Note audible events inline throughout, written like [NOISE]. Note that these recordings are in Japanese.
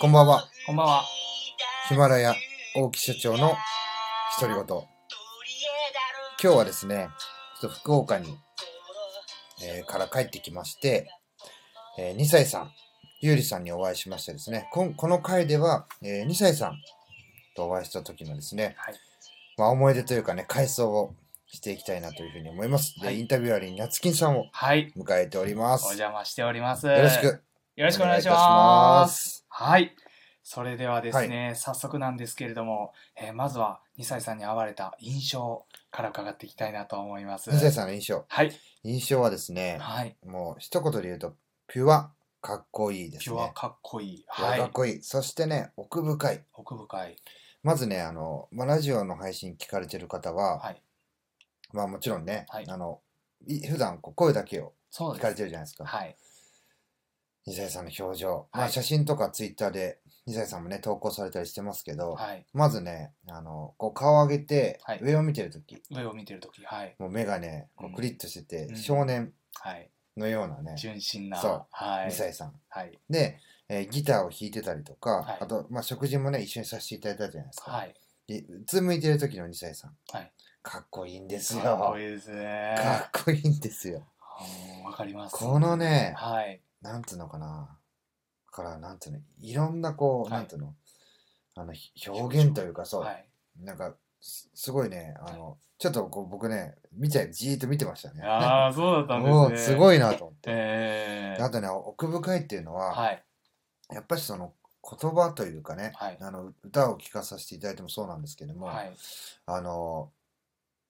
こんばんは。こんばんは。ヒマラヤ大木社長の独り言。今日はですね、ちょっと福岡に、えーから帰ってきまして、え2歳さん、ゆうりさんにお会いしましてですね、こんこの回では、え2歳さんとお会いした時のですね、はいまあ、思い出というかね、回想をしていきたいなというふうに思います。で、はいインタビュアーになつきんさんをはい。迎えておりまおす。よ邪魔しております。ろしく。。よよろしくお願いします。す。はい。それではですね、早速なんですけれども、えーまずは2歳さんに会われた印象から伺っていきたいなと思います。 2歳さんの印象。はい。印象はですね、はい。もう一言で言うと、ピュア、かっこいいですピね。ュアかっこいい。ピュアはかっい。こいい。そしてね、奥深い。奥深い。まずね、あの、まあ、ラジオの配信聞かれてる方は、はい。まあもちろんね、はいあの、い普段こう声だけをそう聞かでれす。てるじゃないですか。はい。二歳さんの表情。まはあい写真とかツイッターで二歳さんもね、投稿されたりしてますけど、はい。まずね、あの、こう顔上げてはい、上を見てるとき、上を見てるとき、はい。もう目がね、こううんクリッとしてて、うん少年はい。のようなね、純真な。そうはい二。歳さん。はい。で、えーギターを弾いてたりとか、はいあと、まあ、食事もね、一緒にさせていただいたじゃないですか。はい。でうつむいてる時の2歳さん、はいかっこいいんですよ。かっかこいいですね。っこいいんですよ。うんわかります。このねはい。なんつうのかな。だから、なんつうの、いろんなこう、はいなんつうの、あの、ひ表現というか、そう、はい。なんか、すすごいね、あの、ちょっとこう僕ね、見て、じーっと見てましたね。ああ、そうだったんですね。もう、すごい。いなと思って。ええあとね、奥深いっていうのは、はい。やっぱりその言葉というかね、はいあの歌を聴かさせていただいてもそうなんですけども、はい。あの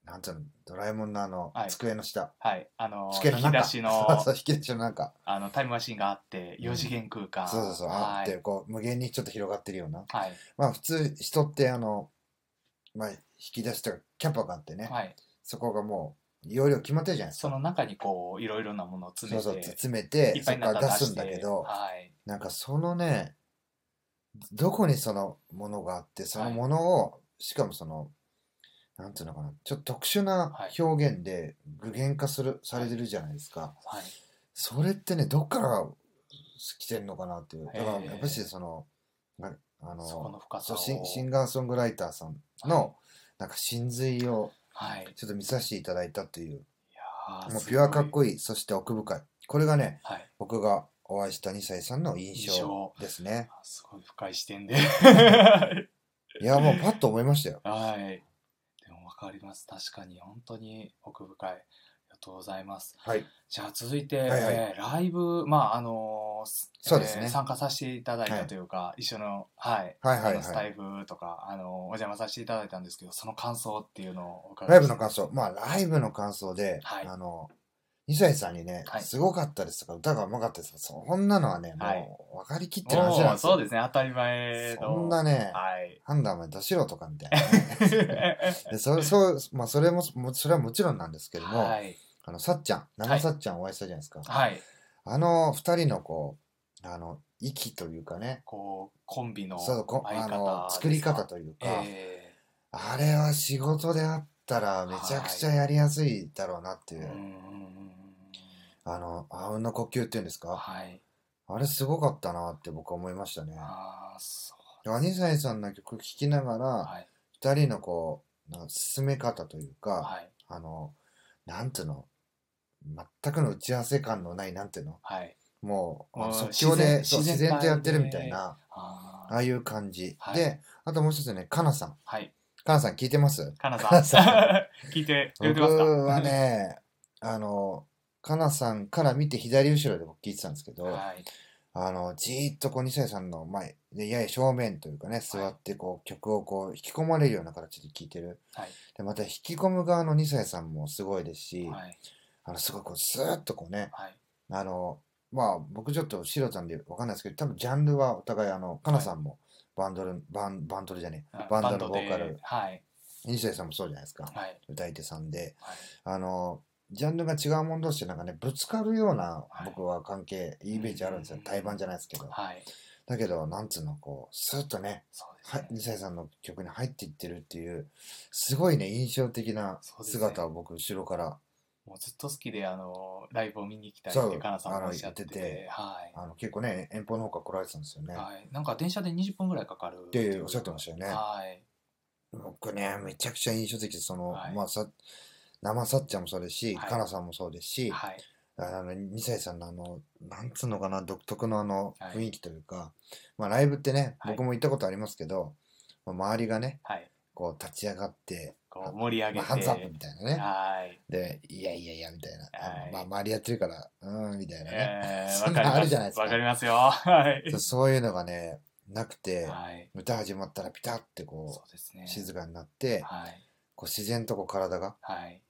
なんていうのドラえもんのあの、はい机の下はい。あの、机引のき中出しの、 [LAUGHS] そうそう引き出しの中あの、タイムマシンがあって、うん四次元空間。そうそうそう、あはってい。こう無限にちょっと広がってるようなはい。まあ普通人ってあの、まあ、引き出しとかキャパがあってね、はい。そこがもう容量決まってるじゃないですそかの中にこう、いろいろなものを詰そうめそうて、詰めていっそぱいこかになったら出すんだけど、はい。なんかそのねどこにそのものがあってそのものを、しかもそのなんていうのかなちょっと特殊なはい表現で具現化する、されてるじゃないですかはい。それってねどっから来てるのかなっていうだへかーらやっぱしそのなあのそこの深さそを。うシンシンガーソングライターさんのなんか真髄をはい。はい。ちょっと見させていただいたといういやもうピュアかっこいい。いいそして奥深いこれがねはい。僕がお会いした2歳さんの印印象象ですね。あすごい深い [LAUGHS] 視点で。はいいや、もうパッと思いましたよ。はい。でもわかります。確かに、本当に奥深い。ありがとうございます。はい。じゃあ続いて、はいはいえーライブ、まああのーすそうですねえー参加させていただいはたいというか、一緒の,、はいはいはいあのスタはい。イフとか、あのーお邪魔させていただいたんですけどその感想っていうのをお伺ライいブしの感想。まあ、ライブの感想で、はいあの、2歳さんにね、はいすごかったですとか、歌がうまかったですとか、そんなのはね、はもう分かりきっててる話なんですよ。そうですね当たり前のそんなね、はい判断は出しろとかみたいなね、でそれそうまあ、それもも、それ [LAUGHS] はもちろんなんですけども、はいあの、さっちゃん、長さっちゃんお会いしたじゃないですか。はいあの、二人のこう、あの、息というかね、こうコンビのそう、こ相あ方の、作り方とというか、えあれは仕事であったらめちゃくちゃやりやすいだろうなっていえう、うんうんうんうんあの、あうんの呼吸っていうんですか、はいあれすごかったなって僕は思いましたね。ああそうアニサイさんの曲聴きながら、はい二人のこう、なんか進め方というか、はいあの、なんていうの、全くの打ち合わせ感のない、なんていうの、はいもう、あのうん即興で自然そう自自然然と体やってるでみたいな、あーああいう感じ。はいで、あともう一つね、かなさん。はいかなさん聞いてますかなさん。かな [LAUGHS] さ聞いてくれ僕てますかは。ね、あの、かなさんから見て左後ろで僕聞いてたんですけど、はい。あの、じーっとこう、二歳さんの前で、やや正面というかね、座ってこう、曲をこう、引き込まれるような形で聴いてる。はい。で、また引き込む側の二歳さんもすごいですし、はい。あの、すごいこう、スーッとこうね、はい。あの、まあ、僕ちょっと素人なんでわかんないですけど、多分ジャンルはお互い、あの、かなさんもバンドル、バン、バンドルじゃねえ、バンドのボーカバンドでル、はい。二歳さんもそうじゃないですか、はい。歌い手さんで。はい。あの、ジャンルが違うもん同士でなんかね、ぶつかるようなはい僕は関係、イメージあるんですよう。ん対バンじゃないですけど。はい。だけど、なんつうの、こう、スーッとね、そうですはね。い、2歳さんの曲に入っていってるっていう、すごいね、印象的なそうですね姿を僕、後ろからもうずっと好きであのライブを見に行きたいってかなさんもおっしゃっててあの言っててはいあの結構ね、遠方の方から来られてたんですよね。はい、なんか電車で20分ぐらいかかるっっておっしゃってましたよねはい僕ね、めちゃくちゃ印象的で、その、はいまあさ、生さっちゃんもそうですし、はいかなさんもそうですし、はいあの、2歳さんのあの、なんつうのかな、独特のあのはい雰囲気というか、まあライブってね、はい僕も行ったことありますけど、まあ周りがね、はいこう立ち上がって、こう盛り上げまあ、て、ハンズアップみたいなね。はいで、いやいやいや、みたいな。あのはいまあ周りやってるから、うーん、みたいなね。えーそ [LAUGHS] わんかなんりあまるすじゃないですかわかりますよはいそうそういうのがね、なくて、はい歌始まったらピタってこそうですねう、静かになって、はいこう自然とこう体がはい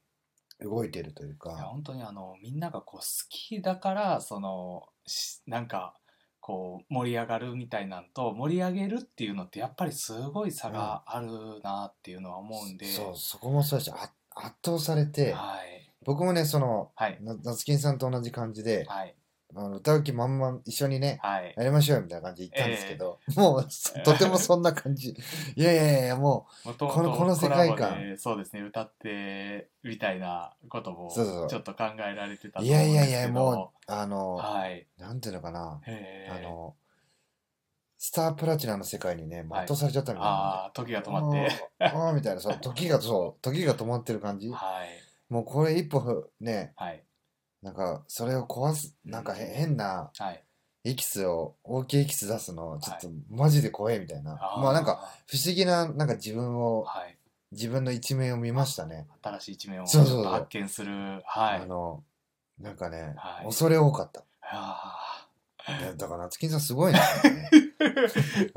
動いてるといういやか、本当にあのみんながこう好きだからそのしなんかこう盛り上がるみたいなんと盛り上げるっていうのってやっぱりすごい差があるなっていうのは思うんで、そう、そこもそうだし、あ圧倒されて、はい僕もね、その、はいな夏金さんと同じ感じで、はいあの歌う気満々一緒にね、はいやりましょうよみたいな感じで言ったんですけど、もう、そとてもそんな感 [LAUGHS] じ。いやいやいやいや、ももともこのこの世界観そうですね歌ってみたいなこともそうそうそうちょっと考えられてたう、とい思うんやですけどいやいや、もう、あの、はいなんていうのかな、えーあの、スタープラチナの世界にね、もうはい圧倒されちゃったみたいな。あー時が止まってあーあーみたいな、そう、時が、そう、時が止まってる感じ。はいもうこれ一歩ね、はいなんか、それを壊す、なんかへ変なはいエキスを、大きいエキス出すの、ちょっとマジで怖いみたいな。ーまあなんか、不思議な、なんか自分を、はい自分の一面を見ましたね。新しい一面をそうそうそう発見するはいあの、なんかね、はい恐れ多か [LAUGHS] った。あいやだから、夏金さんすごいな、 [LAUGHS] ね。ー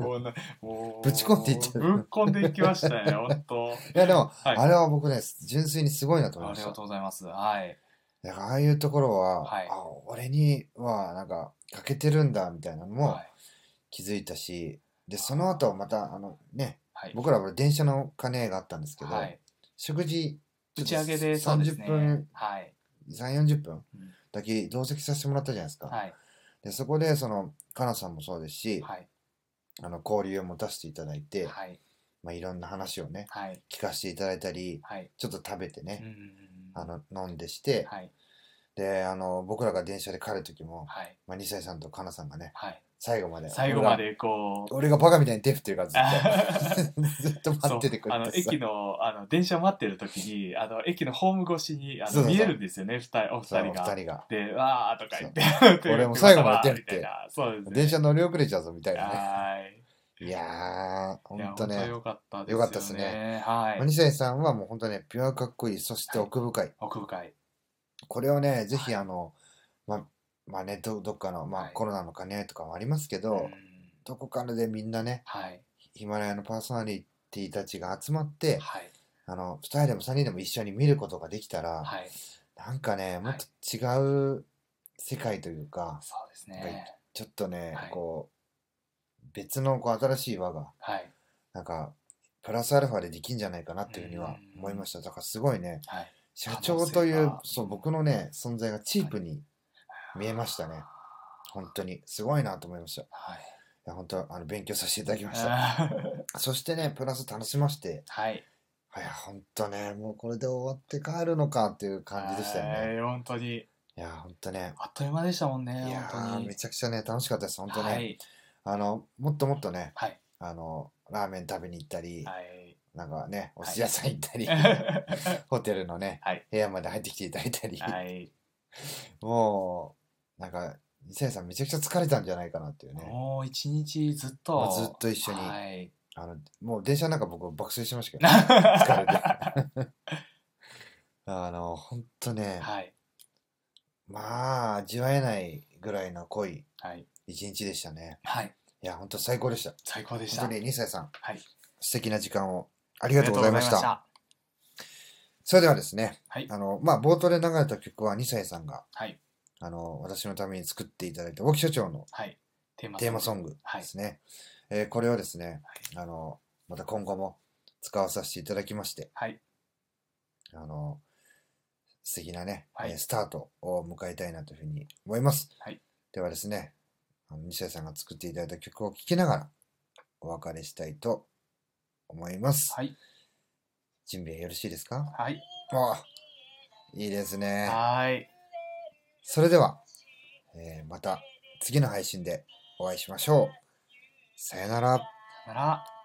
[LAUGHS] もうなもうぶち込んでいっちゃうぶっ込んでいきました [LAUGHS] ね、本当。いや、でも、はいあれは僕ね、純粋にすごいなと思いあまりしがたと。うございます。はい。だからああいうところは、はいあ俺にはなんか欠けてるんだみたいなのもはい気づいたし、でその後またあのねはい。僕らは電車の兼ね合いがあったんですけど、はい。食事打ち上げで、そうです30ね。分はい。 3 4 0分うんだけ同席させてもらったじゃないですか、はい。でそこでそのかなさんもそうですし、はい。あの交流を持たせていただいて、はい。まあ、いろんな話をねはい。聞かせていただいたりはい。ちょっと食べてうんうね、んうんあの飲んでして、はい。であの僕らが電車で帰る時も、はい。まあ、2歳さんとかなさんがねはい。最後まで最後までこう。俺がバカみたいに手振ってるからず [LAUGHS] っとずっと待そうっててくあれのてさ駅のあの電車待ってる時にあの駅のホーム越しにあそうそうのそう見えるんですよね二人お二そう人が。二人がで「わ」ーとか言ってう俺も最後まで出るってみたいなそうですね電車乗り遅れちゃうぞみたいなねはい。いやーほいやんとね良かったです良かったっすね。はマニい。サイさんはもうほんとねピュアかっこいいそして奥深い奥深い。これをねぜひあのままあねどどっかのまあはいコロナの兼ね合いとかもありますけうどんどこかでみんなねはい。ヒマラヤのパーソナリティたちが集まってはい。あの2人でも3人でも一緒に見ることができたらはい。なんかねもっと違う世界というかそうですなんね。ちょっとね、はいこう別のこう新しい輪がはい。なんかプラスアルファでできんじゃないかなっていうふうにはうん思いましただからすごいねはい。社長とい可能性うがそう僕のね存在がチープに見えましたね本当にすごいなと思いましたいはい。や本当あの勉強させていただきましたあそしてねプラス楽しましてーはい。いや本当ねもうこれで終わって帰るのかっていう感じでしたよねね。本当に。いや本当ねあっという間でしたもんね。いや本当ーにめ。ちゃくちゃね楽しかったです本当ね、はい。あのもっともっとねはい。あのラーメン食べに行ったり、はい。なんかね、お寿司屋さん行った [LAUGHS] り、ホテルのね、はい部屋まで入ってきていただいたり、 [LAUGHS] はい。もう、なんか、二世さんめちゃくちゃ疲れたんじゃないかなっていうね。もう一日ずっもと。うずっと一緒にはい。あの、もう電車の中僕爆睡しました [LAUGHS] けど、疲れは [LAUGHS] て。あの、ほんとね、い。まあ、味わえないぐらいの濃いはい。一日でしたね。はい。いや、ほんと最高でした。最高でした。本当に二世さん、はい。素敵な時間をあありがとうございました。それではですね、はいあの、まあ、冒頭で流れた曲は二世さんが、はい。あの、私のために作っていただいた、沖所長のはい。テーマテーマソグ。ングですね。えーこれをですね、あの、また今後も使わさせていただきまして、はい。あの、素敵なね、はいえースタートを迎えたいなというふうに思います。はいではですね、あの西谷さんが作っていただいた曲を聴きながらお別れしたいと思います。はい。準備はよろしいですかはい。ああいいですね。はい。それでは、えーまた次の配信でお会いしましょう。さよなら。さよなら。